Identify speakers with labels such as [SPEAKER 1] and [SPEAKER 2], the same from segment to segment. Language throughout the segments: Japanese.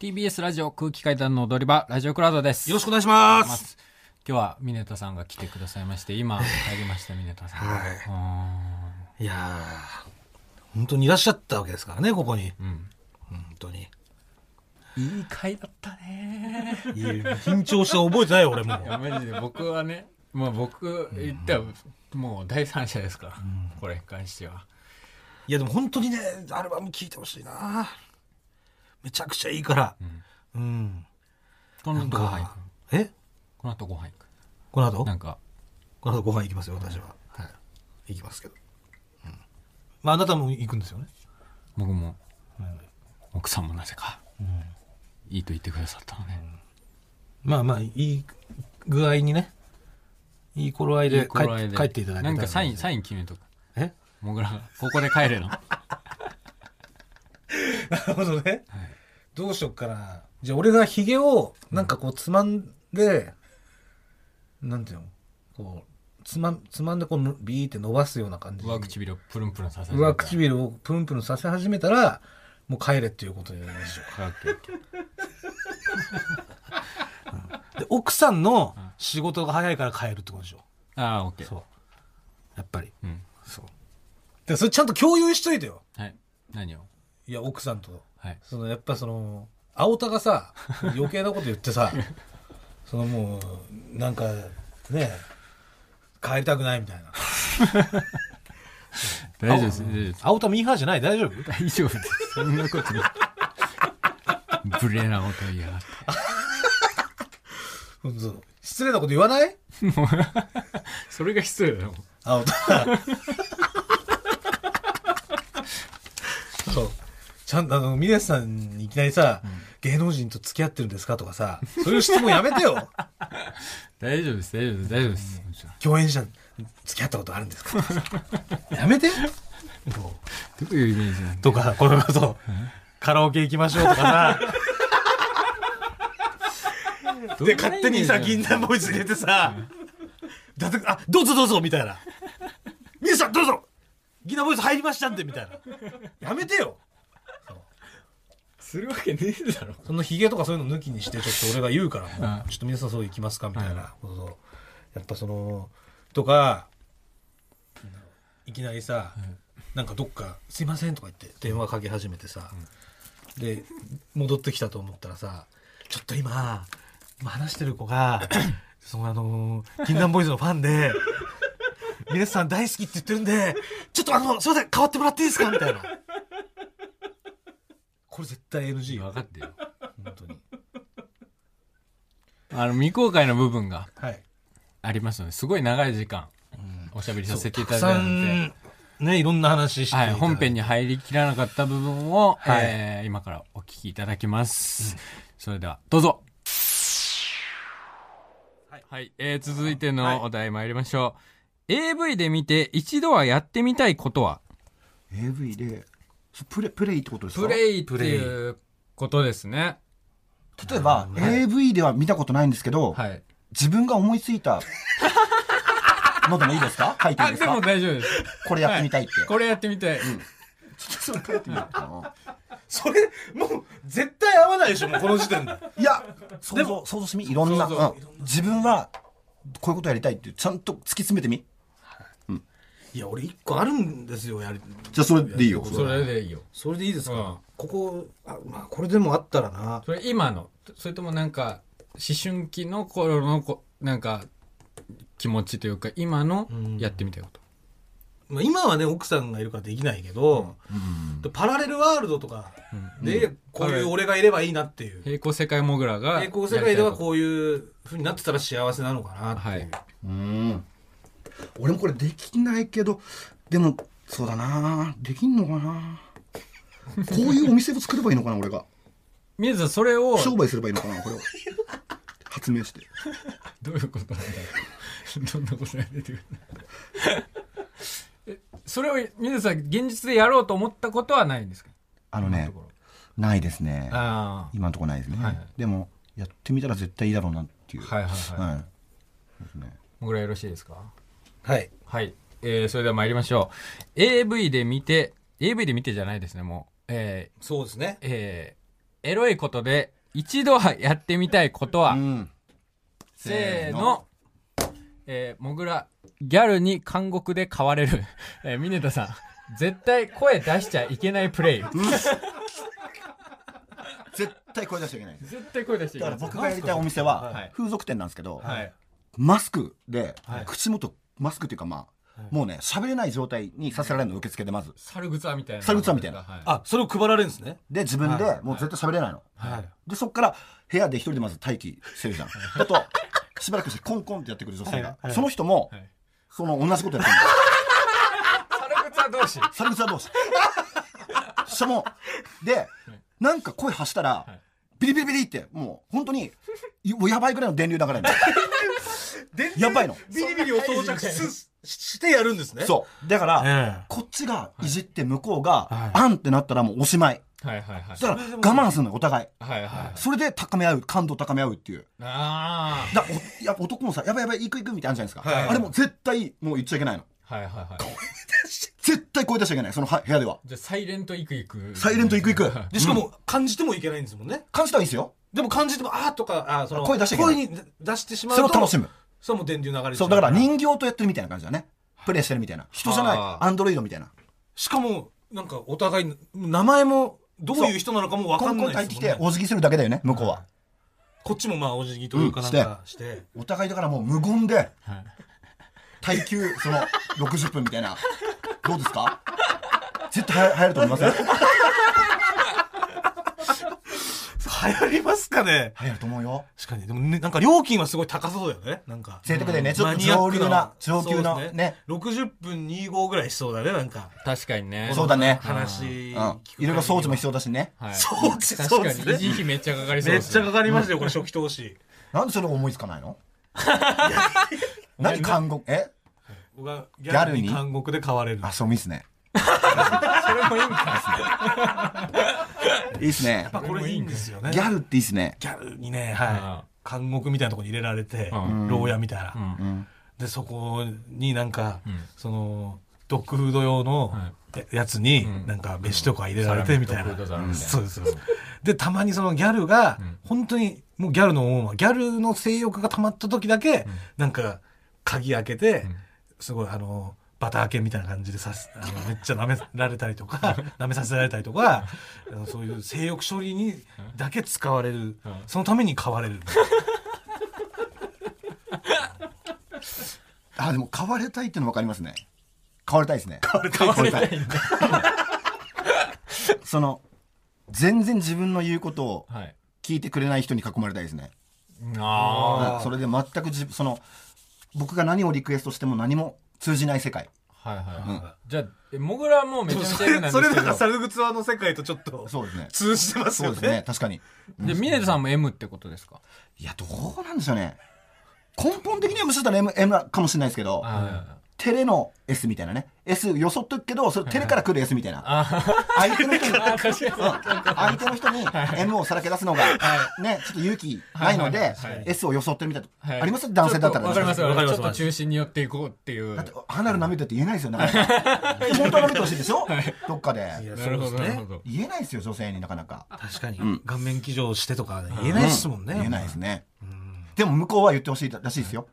[SPEAKER 1] TBS ラジオ空気階段の踊り場、ラジオクラウドです。
[SPEAKER 2] よろしくお願いしま。
[SPEAKER 1] ますす今日はミネタさんが来てくださいまして、今帰りました、ミネタさん。
[SPEAKER 2] はいう
[SPEAKER 1] ーん
[SPEAKER 2] いやー本当にいらっしゃったわけですからね、ここに。
[SPEAKER 1] うん
[SPEAKER 2] 本当に。
[SPEAKER 1] いい回だったね。
[SPEAKER 2] いや緊張して覚えてないよ、俺もう。
[SPEAKER 1] いやマジで僕はね、まあ僕言ったらもう第三者ですから、これに関しては。
[SPEAKER 2] いや、でも本当にね、アルバム聴いてほしいな。めちゃくちゃいいから。うん。
[SPEAKER 1] この後ご飯行く。
[SPEAKER 2] え
[SPEAKER 1] この後ご飯行
[SPEAKER 2] この
[SPEAKER 1] く。
[SPEAKER 2] 後
[SPEAKER 1] なんか、
[SPEAKER 2] この後ご飯行きますよ、私は。はい。行きますけど。うん。まあ、あなたも行くんですよね。
[SPEAKER 1] 僕も、奥さんもなぜか、いいと言ってくださったのね。
[SPEAKER 2] まあまあ、いい具合にね。いい頃合い
[SPEAKER 1] い
[SPEAKER 2] で
[SPEAKER 1] い頃合い
[SPEAKER 2] 帰っ帰っていただけた
[SPEAKER 1] な
[SPEAKER 2] ら
[SPEAKER 1] んかサイン、サイン決めとく。
[SPEAKER 2] え
[SPEAKER 1] もぐらが、ここで帰れの。
[SPEAKER 2] なるほどね。どうしよっかな。じゃあ俺がヒゲをなんかこうつまんで、なんていうのこう、つまん、つまんでこうのビーって伸ばすような感じに。
[SPEAKER 1] 上唇をプルンプルンさせる。
[SPEAKER 2] 上唇をプンプンさせ始めたら、もう帰れっていうことになりましょ
[SPEAKER 1] オッケーオッケー
[SPEAKER 2] う。で、奥さんの仕事が早いから帰るってことでしょ。
[SPEAKER 1] ああ、オッケー。
[SPEAKER 2] そう。やっぱり。
[SPEAKER 1] うん。
[SPEAKER 2] そう。で、それちゃんと共有しといてよ。
[SPEAKER 1] はい。何を
[SPEAKER 2] いや、奥さんと。
[SPEAKER 1] はい。
[SPEAKER 2] そのやっぱその青田がさ余計なこと言ってさ そのもうなんかね帰りたくないみたいな
[SPEAKER 1] 大丈夫です。大丈夫です。
[SPEAKER 2] 青田ミーハーじゃない大丈夫
[SPEAKER 1] 大丈夫です。そんなことない。無礼なこと言いやがって。
[SPEAKER 2] うんそう失礼なこと言わない
[SPEAKER 1] それが失礼だよ。
[SPEAKER 2] 青 田そうちゃんとあの峰さんにいきなりさ、芸能人と付き合ってるんですかとかさそういう質問やめて よ
[SPEAKER 1] 大丈夫です、大丈夫です、大丈夫です。もちろん
[SPEAKER 2] 共演者付き合ったことあるんですかとかさやめてもう
[SPEAKER 1] どういうイメージなんだ
[SPEAKER 2] とか、これこそ、カラオケ行きましょうと かさ。で、勝手にさ、銀杏ボイス入れてさ、だって、あ、どうぞどうぞみた いな。皆さんどうぞ銀杏ボイス入りましたんでみたいな。やめてよ
[SPEAKER 1] するわけねえだろ。
[SPEAKER 2] そのヒゲとかそういうの抜きにして、ちょっと俺が言うから、も
[SPEAKER 1] あ
[SPEAKER 2] うちょっと皆さんそう行きますかみたいなことをやっぱその、とか、いきなりさ、なんかどっか、すいませんとか言って電話かけ始めてさ、で、戻ってきたと思ったらさ、ちょっと今、今話してる子 が、そのあの、禁断ボーイズのファンで、皆さん大好きって言ってるんで、ちょっとあの、すいません、変わってもらっていいですかみたいな。これ絶対 NG よ
[SPEAKER 1] 分。かってるよ。
[SPEAKER 2] 本当に。
[SPEAKER 1] あの、未公開の部分が
[SPEAKER 2] はい。
[SPEAKER 1] ありますので、すごい長い時間、おしゃべりさせていただい
[SPEAKER 2] た
[SPEAKER 1] た
[SPEAKER 2] くさ
[SPEAKER 1] ので、
[SPEAKER 2] んね、いろんな話していただ
[SPEAKER 1] はいい、
[SPEAKER 2] て
[SPEAKER 1] 本編に入りきらなかった部分を、
[SPEAKER 2] はい
[SPEAKER 1] えー今からお聞きいただきます。それでは、どうぞ
[SPEAKER 2] はい
[SPEAKER 1] はい、えー続いて
[SPEAKER 2] はい
[SPEAKER 1] のお題参りましょう。AV で見て一度はやってみたいことは
[SPEAKER 3] AV でそプレプレイってことですか
[SPEAKER 1] プレイっていうことですね。
[SPEAKER 3] 例えば、AV では見たことないんですけど、
[SPEAKER 1] はい。
[SPEAKER 3] 自分が思いついたのでもいいですか書いていい
[SPEAKER 1] あ、
[SPEAKER 3] です
[SPEAKER 1] で
[SPEAKER 3] か
[SPEAKER 1] も大丈夫です。
[SPEAKER 3] これやってみたいって、
[SPEAKER 1] これやってみたい。
[SPEAKER 3] ちょっとそれ書いてみようか
[SPEAKER 2] それ、もう、絶対合わないでしょ、もうこの時点で。
[SPEAKER 3] ないや想像想像してみいろんな、
[SPEAKER 1] 想像
[SPEAKER 3] うん自分はこういうことやりたいってちゃんと突き詰めてみ
[SPEAKER 2] いや、俺一個あるんですよ、やり。
[SPEAKER 3] じゃあそれでいいよ
[SPEAKER 1] それでいいよ。
[SPEAKER 2] それでいいですか、
[SPEAKER 1] うん
[SPEAKER 2] ここ、あまあ、これでもあったらな。
[SPEAKER 1] それ今の、それともなんか、思春期の頃のこ、なんか、気持ちというか、今のやってみたいこと。
[SPEAKER 2] まあ、今はね、奥さんがいるからできないけど、でパラレルワールドとかで、こういう俺がいればいいなっていう。
[SPEAKER 1] 平行世界モグラが。
[SPEAKER 2] 平行世界ではこういう風になってたら幸せなのかなっていう。
[SPEAKER 1] はい
[SPEAKER 3] うん俺もこれできないけどでもそうだなできんのかなこういうお店を作ればいいのかな俺が
[SPEAKER 1] 水田さん、それを、
[SPEAKER 3] 商売すればいいのかなこれを発明して
[SPEAKER 1] どういうことなんだろうどんなことが出てくるんだ えそれを、水田さん、現実でやろうと思ったことはないんですか
[SPEAKER 3] あのねないですね
[SPEAKER 1] あ
[SPEAKER 3] 今のところないですね、
[SPEAKER 1] はい
[SPEAKER 3] でもやってみたら絶対いいだろうなっていう
[SPEAKER 1] はいはいはい
[SPEAKER 3] はいですね
[SPEAKER 1] モグラよろしいですか
[SPEAKER 2] はい。
[SPEAKER 1] はい。えー、それでは参りましょう。AV で見て、AV で見てじゃないですね、もう。え
[SPEAKER 2] そうですね
[SPEAKER 1] ー、。えーエロいことで一度はやってみたいことは、
[SPEAKER 3] うん。
[SPEAKER 1] せーの。えー、もぐら、ギャルに監獄で買われる。 えー、ミネタさん。絶対声出しちゃいけないプレイ。
[SPEAKER 3] 絶対声出しちゃいけない。
[SPEAKER 1] 絶対声出しち
[SPEAKER 3] だ
[SPEAKER 1] ゃ
[SPEAKER 3] か
[SPEAKER 1] い
[SPEAKER 3] ら
[SPEAKER 1] けない。
[SPEAKER 3] 僕がやりたいお店
[SPEAKER 1] は
[SPEAKER 3] はい風俗店なんですけど、
[SPEAKER 2] はい
[SPEAKER 3] マスクで
[SPEAKER 2] はい
[SPEAKER 3] 口元マスクっていうかまあもうね喋れない状態にさせられるの受付でまず
[SPEAKER 1] 猿グツァみたいな。
[SPEAKER 3] 猿グツァみたいな
[SPEAKER 1] は
[SPEAKER 2] あそれを配られるんですね
[SPEAKER 3] で自分でもう絶対喋れないの
[SPEAKER 2] はい
[SPEAKER 3] でそっから部屋で一人でまず待機してるじゃんだとしばらくしてコンコンってやってくる女性
[SPEAKER 2] は
[SPEAKER 3] が
[SPEAKER 2] いはい
[SPEAKER 3] その人も
[SPEAKER 1] い
[SPEAKER 3] その同じことやってるの
[SPEAKER 1] 猿グツァ同士。
[SPEAKER 3] 猿口は どうし下もでなんか声発したら
[SPEAKER 1] い
[SPEAKER 3] ビリビリビリってもう本当にいもうやばいぐらいの電流流れるのやばいの
[SPEAKER 2] ビリビリを装着ししてやるんですね
[SPEAKER 3] そうだから
[SPEAKER 2] え
[SPEAKER 3] こっちがいじって向こうが、
[SPEAKER 2] はい
[SPEAKER 3] あんってなったらもうおしまい。
[SPEAKER 1] はいはいはい
[SPEAKER 3] だ。から我
[SPEAKER 2] それでも
[SPEAKER 3] 慢するのよ、お互い。
[SPEAKER 1] はいはい。
[SPEAKER 3] それで高め合う、感度高め合うっていう。
[SPEAKER 1] あ
[SPEAKER 3] だおやっぱ男もさ、やばいやばい、行く行くみたいなのあるじゃないですか。
[SPEAKER 2] はい
[SPEAKER 3] あれも絶対もう言っちゃいけないの。
[SPEAKER 1] あ。はいはいはい。
[SPEAKER 3] 絶対声出しちゃいけない、そのは部屋では。
[SPEAKER 1] じゃあ、サイレントイクイク。
[SPEAKER 3] サイレント行く行く。
[SPEAKER 2] えでしかも感じてもいけないんですもんね
[SPEAKER 3] 感じたらいいですよ。
[SPEAKER 2] でも感じてもあーとかあーその
[SPEAKER 3] 声出しちゃいけない
[SPEAKER 2] 声に出してしまう
[SPEAKER 3] そ
[SPEAKER 2] と
[SPEAKER 3] れを楽しむ。
[SPEAKER 2] それはもう電流流れちゃ
[SPEAKER 3] そう、だから人形とやってるみたいな感じだね。プレイしてるみたいな。人じゃない、
[SPEAKER 1] あー
[SPEAKER 3] アンドロイドみたいな。
[SPEAKER 2] しかもなんかお互い名前もどういう人なのかもわ
[SPEAKER 3] コ
[SPEAKER 2] か
[SPEAKER 3] ン
[SPEAKER 2] ん
[SPEAKER 3] コン
[SPEAKER 2] な
[SPEAKER 3] 入っ
[SPEAKER 2] いで
[SPEAKER 3] てき
[SPEAKER 2] す
[SPEAKER 3] て
[SPEAKER 2] もん、ね、
[SPEAKER 3] お辞儀するだけだよね、向こうは。
[SPEAKER 2] こっちもまあお辞儀というかなんかして,、
[SPEAKER 3] お互いだからもう無言で、
[SPEAKER 1] はい
[SPEAKER 3] 耐久、その、60分みたいな。どうですか絶対流行ると思いますよ。
[SPEAKER 2] 流行りますかね
[SPEAKER 3] 流行ると思うよ。
[SPEAKER 2] 確かにでもねなんか料金はすごい高そうだよねなんか
[SPEAKER 3] 贅沢でね
[SPEAKER 2] うん
[SPEAKER 3] ちょっと
[SPEAKER 2] マニアック
[SPEAKER 3] 上流な上級な
[SPEAKER 2] そうです
[SPEAKER 3] ね
[SPEAKER 2] 60分25ぐらいしそうだねなんか
[SPEAKER 1] 確かにね。
[SPEAKER 3] そうだね
[SPEAKER 2] 話
[SPEAKER 3] うん。い
[SPEAKER 2] 聞く
[SPEAKER 3] ろいろ装置も必
[SPEAKER 2] 要
[SPEAKER 3] 要だしね。
[SPEAKER 1] はい。
[SPEAKER 2] そうですね
[SPEAKER 1] 確かに、維持費めっちゃかかりそう
[SPEAKER 2] め
[SPEAKER 1] で
[SPEAKER 2] っ
[SPEAKER 1] す
[SPEAKER 2] ち
[SPEAKER 1] ね。
[SPEAKER 2] ゃかかりますよこれ初期投資
[SPEAKER 3] なんでそれ思いつかないの何看護、え
[SPEAKER 2] 僕がギ
[SPEAKER 3] ャ
[SPEAKER 2] ャ
[SPEAKER 3] ル
[SPEAKER 2] ル
[SPEAKER 3] に
[SPEAKER 2] に監獄で買われる
[SPEAKER 3] あ、そう、いいっすね。
[SPEAKER 1] それもいいんか。
[SPEAKER 3] いいっすね。
[SPEAKER 2] これいいんですよね
[SPEAKER 3] ギャルっていいっすね。
[SPEAKER 2] ギャルにね、はい、監獄みたいなところに入れられて、
[SPEAKER 1] うん
[SPEAKER 2] 牢屋みたいな、
[SPEAKER 1] う
[SPEAKER 2] でそこになんか、
[SPEAKER 1] ん
[SPEAKER 2] そのドッグフード用の
[SPEAKER 1] は
[SPEAKER 2] やつに、
[SPEAKER 1] うん
[SPEAKER 2] なんか飯とか入れられてみたいな、
[SPEAKER 1] ドッグフード皿みたいな
[SPEAKER 2] そうですそうですでたまにそのギャルが、本当にもうギャルの思うはギャルの性欲が溜まった時だけ、なんか鍵開けて、すごいあのバター犬みたいな感じでさす あのめっちゃ舐められたりとか舐めさせられたりとかあのそういう性欲処理にだけ使われる、そのために買われる
[SPEAKER 3] あ、でも、買われたいっての分かりますね。買われたいですね。買われたい。その、全然自分の言うことを
[SPEAKER 1] はい。
[SPEAKER 3] 聞いてくれない人に囲まれたいですね。
[SPEAKER 1] あ
[SPEAKER 2] あー
[SPEAKER 3] それで全く自分、その、僕が何をリクエストしても何も通じない世界。
[SPEAKER 1] あ。はいはい。じゃあ、えモグラはもうめちゃめちゃ役なんです
[SPEAKER 2] そ
[SPEAKER 1] け
[SPEAKER 2] れ
[SPEAKER 1] ど。
[SPEAKER 2] なんか猿グツワの世界とちょっと
[SPEAKER 3] そうですね。
[SPEAKER 2] 通じてます
[SPEAKER 3] そう
[SPEAKER 2] よ
[SPEAKER 3] です
[SPEAKER 2] ね
[SPEAKER 3] ね。確かに。
[SPEAKER 1] で、ミネタさんも M ってことですか
[SPEAKER 3] いや、どうなんでしょうね。根本的には無視したら M, M かもしれないですけど、
[SPEAKER 1] あ
[SPEAKER 3] テレの S みたいなね。S よそっとくけど、それテレから来る S みたいな。
[SPEAKER 1] あ。
[SPEAKER 3] 相手の人に、うん
[SPEAKER 1] 確かに
[SPEAKER 3] 相手の人に M をさらけ出すのが、ね、ちょっと勇気ないの
[SPEAKER 1] はいは
[SPEAKER 3] で
[SPEAKER 1] いはい、
[SPEAKER 3] S をよそってるみたいな。
[SPEAKER 1] はい
[SPEAKER 3] あります男性だったらね。
[SPEAKER 1] わかりますわかります。ちょっ
[SPEAKER 2] わかりま
[SPEAKER 1] と
[SPEAKER 2] す
[SPEAKER 1] 中心に寄っていこうっていう。
[SPEAKER 3] だって、離れ舐めてって言えないですよ、なかなか。 本当は舐めてほしいでしょどっかで。
[SPEAKER 1] なるほど、なるほど。
[SPEAKER 3] 言えないですよ、女性になかなか。
[SPEAKER 2] 確かに、顔面騎乗してとか言えないですもんね、
[SPEAKER 3] 言えないですね。でも向こうは言ってほしいらしいですよ。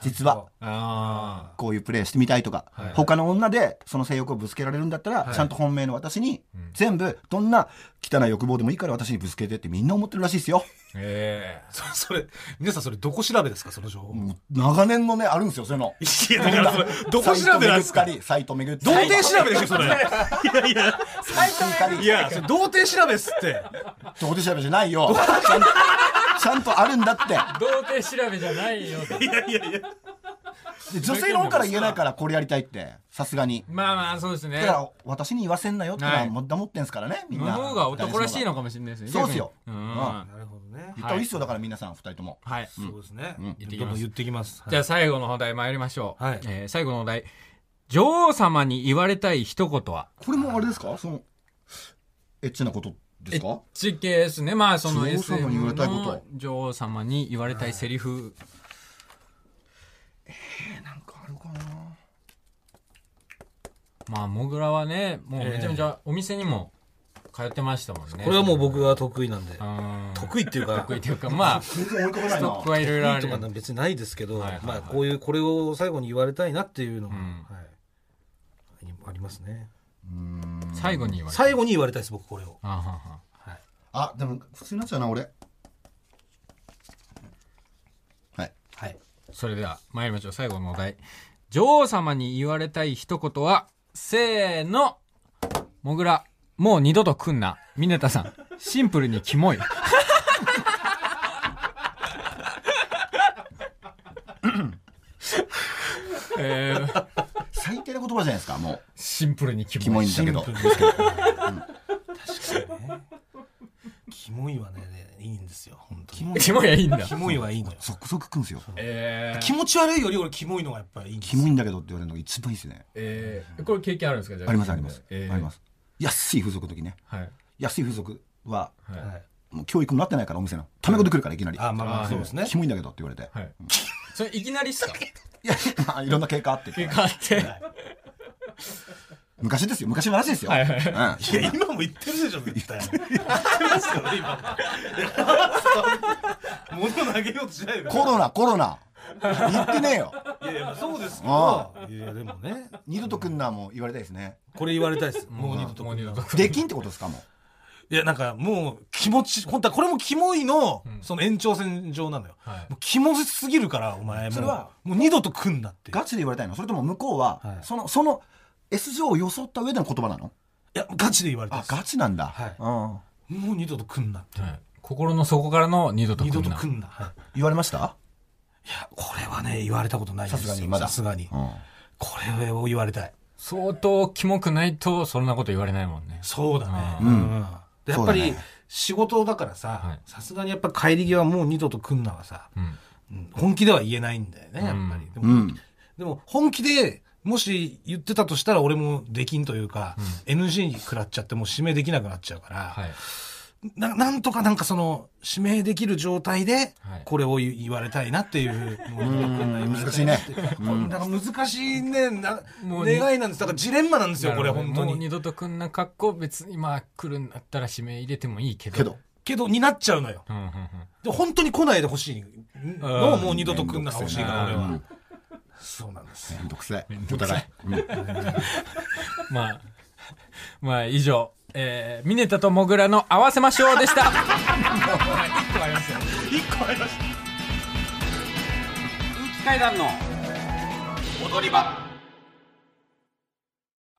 [SPEAKER 3] 実は。
[SPEAKER 1] あ
[SPEAKER 3] こういうプレーしてみたいとか、
[SPEAKER 1] はい
[SPEAKER 3] 他の女でその性欲をぶつけられるんだったら、
[SPEAKER 2] はい
[SPEAKER 3] ちゃんと本命の私に、全部、どんな汚い欲望でもいいから私にぶつけてってみんな思ってるらしいですよ。
[SPEAKER 1] あ。え
[SPEAKER 2] そそれ皆さんそれどこ調べですかその情報、い
[SPEAKER 3] もう長年のね、あるんですよ、そういうの。
[SPEAKER 2] やだからそれどこ調べなんですか
[SPEAKER 3] サイト巡ったり、サイト巡
[SPEAKER 2] 童
[SPEAKER 3] ったり。
[SPEAKER 2] 貞調べでしょそれいやいや
[SPEAKER 3] サイト巡ったり
[SPEAKER 2] いやそれ童貞調べっすって
[SPEAKER 3] 童貞調べじゃないよ。ちゃんと、ちゃんとあるんだって。
[SPEAKER 1] え。童貞調べじゃないよ。
[SPEAKER 2] いやいやいや
[SPEAKER 3] で女性の方から言えないから、これやりたいって、さすがに。
[SPEAKER 1] まあまあ、そうですね
[SPEAKER 3] だか。ら、私に言わせんなよっての
[SPEAKER 1] は
[SPEAKER 3] はいもう黙ってんすからね、みん
[SPEAKER 1] の
[SPEAKER 3] な。
[SPEAKER 1] 方が男らしいのかもしれないですね。
[SPEAKER 3] そうっすよ
[SPEAKER 1] 逆にうん。
[SPEAKER 3] うん
[SPEAKER 1] は
[SPEAKER 2] なるほどね
[SPEAKER 3] 言った方がいいっすよ、だから皆さん、二人とも。
[SPEAKER 1] い。
[SPEAKER 2] そうですね、
[SPEAKER 1] 言ってきます
[SPEAKER 2] どんどん言ってきます
[SPEAKER 1] じゃあ最後のお題参りましょう。
[SPEAKER 2] はい
[SPEAKER 1] えー最後のお題。女王様に言われたい一言は
[SPEAKER 3] これもあれですかその、エッチなことですか
[SPEAKER 1] 地形ですね。まあその
[SPEAKER 3] 女王
[SPEAKER 1] SM
[SPEAKER 3] 様に言われたいこと
[SPEAKER 1] の女王様に言われたいセリフ。
[SPEAKER 3] なんかあるかな
[SPEAKER 1] まあ、モグラはね、もうめちゃめちゃお店にも通ってましたもんね
[SPEAKER 2] これはもう僕が得意なんで
[SPEAKER 1] うん
[SPEAKER 2] 得意っていうか
[SPEAKER 1] 得意というかま あ
[SPEAKER 3] 全然追いかか
[SPEAKER 1] ス
[SPEAKER 3] ないな
[SPEAKER 1] トックはいろいろあ
[SPEAKER 2] と
[SPEAKER 1] る
[SPEAKER 2] かな別にないですけど、
[SPEAKER 1] はいはいはい
[SPEAKER 2] まあこういうこれを最後に言われたいなっていうのが、
[SPEAKER 1] うん
[SPEAKER 2] はいありますね
[SPEAKER 3] うん
[SPEAKER 1] 最後に言われた
[SPEAKER 2] 最後に言われたいです僕これを、
[SPEAKER 1] あはは
[SPEAKER 2] はい、
[SPEAKER 3] あでも普通になっちゃうな俺はい
[SPEAKER 2] はい、
[SPEAKER 1] それでは参りましょう最後のお題女王様に言われたい一言はせーのもぐらもう二度と来んな峰田さんシンプルにキモい えー、
[SPEAKER 3] 最低な言葉じゃないですかもう
[SPEAKER 1] シンプルにキモい
[SPEAKER 3] キモいんだけど
[SPEAKER 2] シンプル
[SPEAKER 3] ですけど
[SPEAKER 2] 確かにねキモいはねいいんですよ本当にキモ
[SPEAKER 1] キモいはいいんだ
[SPEAKER 2] キモいはいいのよ
[SPEAKER 3] ゾクゾクくんですよ
[SPEAKER 1] えー、
[SPEAKER 2] 気持ち悪いより俺キモいのがやっぱりいいんです
[SPEAKER 3] キモいんだけどって言われるのが一番いいですね
[SPEAKER 1] えー、これ経験あるんですかじゃ
[SPEAKER 3] ありますあります、
[SPEAKER 1] えー
[SPEAKER 3] あります安い風俗の時ね
[SPEAKER 1] はい
[SPEAKER 3] 安い風俗は
[SPEAKER 1] はい、
[SPEAKER 2] はい、
[SPEAKER 3] もう教育になってないからお店のためごで来るからいきなり、
[SPEAKER 2] あまあま
[SPEAKER 1] あー
[SPEAKER 2] あそうですね
[SPEAKER 3] キモいんだけどって言われて、
[SPEAKER 1] はいそれいきなりっすか
[SPEAKER 3] いや、まあ、いろんな経過あって
[SPEAKER 1] 変わって
[SPEAKER 3] 昔ですよ昔の話ですよ、
[SPEAKER 1] はいはい
[SPEAKER 3] うん、
[SPEAKER 2] いや今も言ってるでしょ絶 対言って ますよ今も物投げようとしないで
[SPEAKER 3] コロナコロナ言ってねえよ
[SPEAKER 2] いやいやそうですけ
[SPEAKER 3] あ
[SPEAKER 2] どいやでもね
[SPEAKER 3] 二度と来んなも言われたいですね
[SPEAKER 2] これ言われたいですもう二度と
[SPEAKER 1] もう二度と
[SPEAKER 3] できんってことですかもう
[SPEAKER 2] いやなんかもう気持ち本当はこれもキモいの、その延長線上なのよ、
[SPEAKER 1] はい
[SPEAKER 2] もうキモすぎるからお前もう
[SPEAKER 3] それは
[SPEAKER 2] もう二度と来んなってい
[SPEAKER 3] ガチで言われたいのそれとも向こうは、
[SPEAKER 2] はい
[SPEAKER 3] そのその S 状を装った上での言葉なの
[SPEAKER 2] やガチで言われたん
[SPEAKER 3] あ
[SPEAKER 2] です
[SPEAKER 3] ガチなんだ、
[SPEAKER 2] はい
[SPEAKER 3] うん、
[SPEAKER 2] もう二度と来んなって
[SPEAKER 1] はい、心の底からの二度と来
[SPEAKER 2] 二
[SPEAKER 1] んな
[SPEAKER 2] 度と来んな、はい
[SPEAKER 3] 言われました、
[SPEAKER 2] いやこれはね言われたことないんですよ
[SPEAKER 3] さすがにまだ
[SPEAKER 2] さすがに、
[SPEAKER 3] うん、
[SPEAKER 2] これを言われたい
[SPEAKER 1] 相当キモくないとそんなこと言われないもんね
[SPEAKER 2] そうだね
[SPEAKER 1] う
[SPEAKER 2] うんん、でやっぱ
[SPEAKER 3] そう
[SPEAKER 2] り
[SPEAKER 3] だね
[SPEAKER 2] 仕事だから
[SPEAKER 1] は
[SPEAKER 2] さ
[SPEAKER 1] い
[SPEAKER 2] さすがにやっぱ帰り際もう二度と来んなはさ、
[SPEAKER 1] うん
[SPEAKER 2] うん本気では言えないんだよねやっぱり、
[SPEAKER 1] うん
[SPEAKER 2] でも
[SPEAKER 3] うん、
[SPEAKER 2] でも本気でもし言ってたとしたら俺もできんというか、NG に食らっちゃってもう指名できなくなっちゃうから、
[SPEAKER 1] はい
[SPEAKER 2] ななんとかなんかその指名できる状態で
[SPEAKER 1] はい
[SPEAKER 2] これを言言われたいなっていう、
[SPEAKER 3] ん難しいね
[SPEAKER 2] これなんか難しいねな
[SPEAKER 1] もう
[SPEAKER 2] 願いなんですだからジレンマなんですよこ
[SPEAKER 1] な
[SPEAKER 2] れ
[SPEAKER 1] るほど
[SPEAKER 2] 本当
[SPEAKER 1] もう二
[SPEAKER 2] に
[SPEAKER 1] 度と来んな格好別にまあ来るんだったら指名入れてもいいけど
[SPEAKER 3] けど
[SPEAKER 2] けどになっちゃうのよ
[SPEAKER 1] うんうんうん
[SPEAKER 2] で本当に来ないでほしいのをもう二度と来んなが欲しいから俺
[SPEAKER 1] う
[SPEAKER 2] はそうなんですよ
[SPEAKER 3] めんどくせえ
[SPEAKER 1] めんど
[SPEAKER 3] お
[SPEAKER 1] くさ
[SPEAKER 3] 互い
[SPEAKER 1] い、まあ まあ以上えー、ミネタとモグラの合わせましょうでした一個ありますよ
[SPEAKER 2] 一個ありました
[SPEAKER 4] 空気階段の踊り場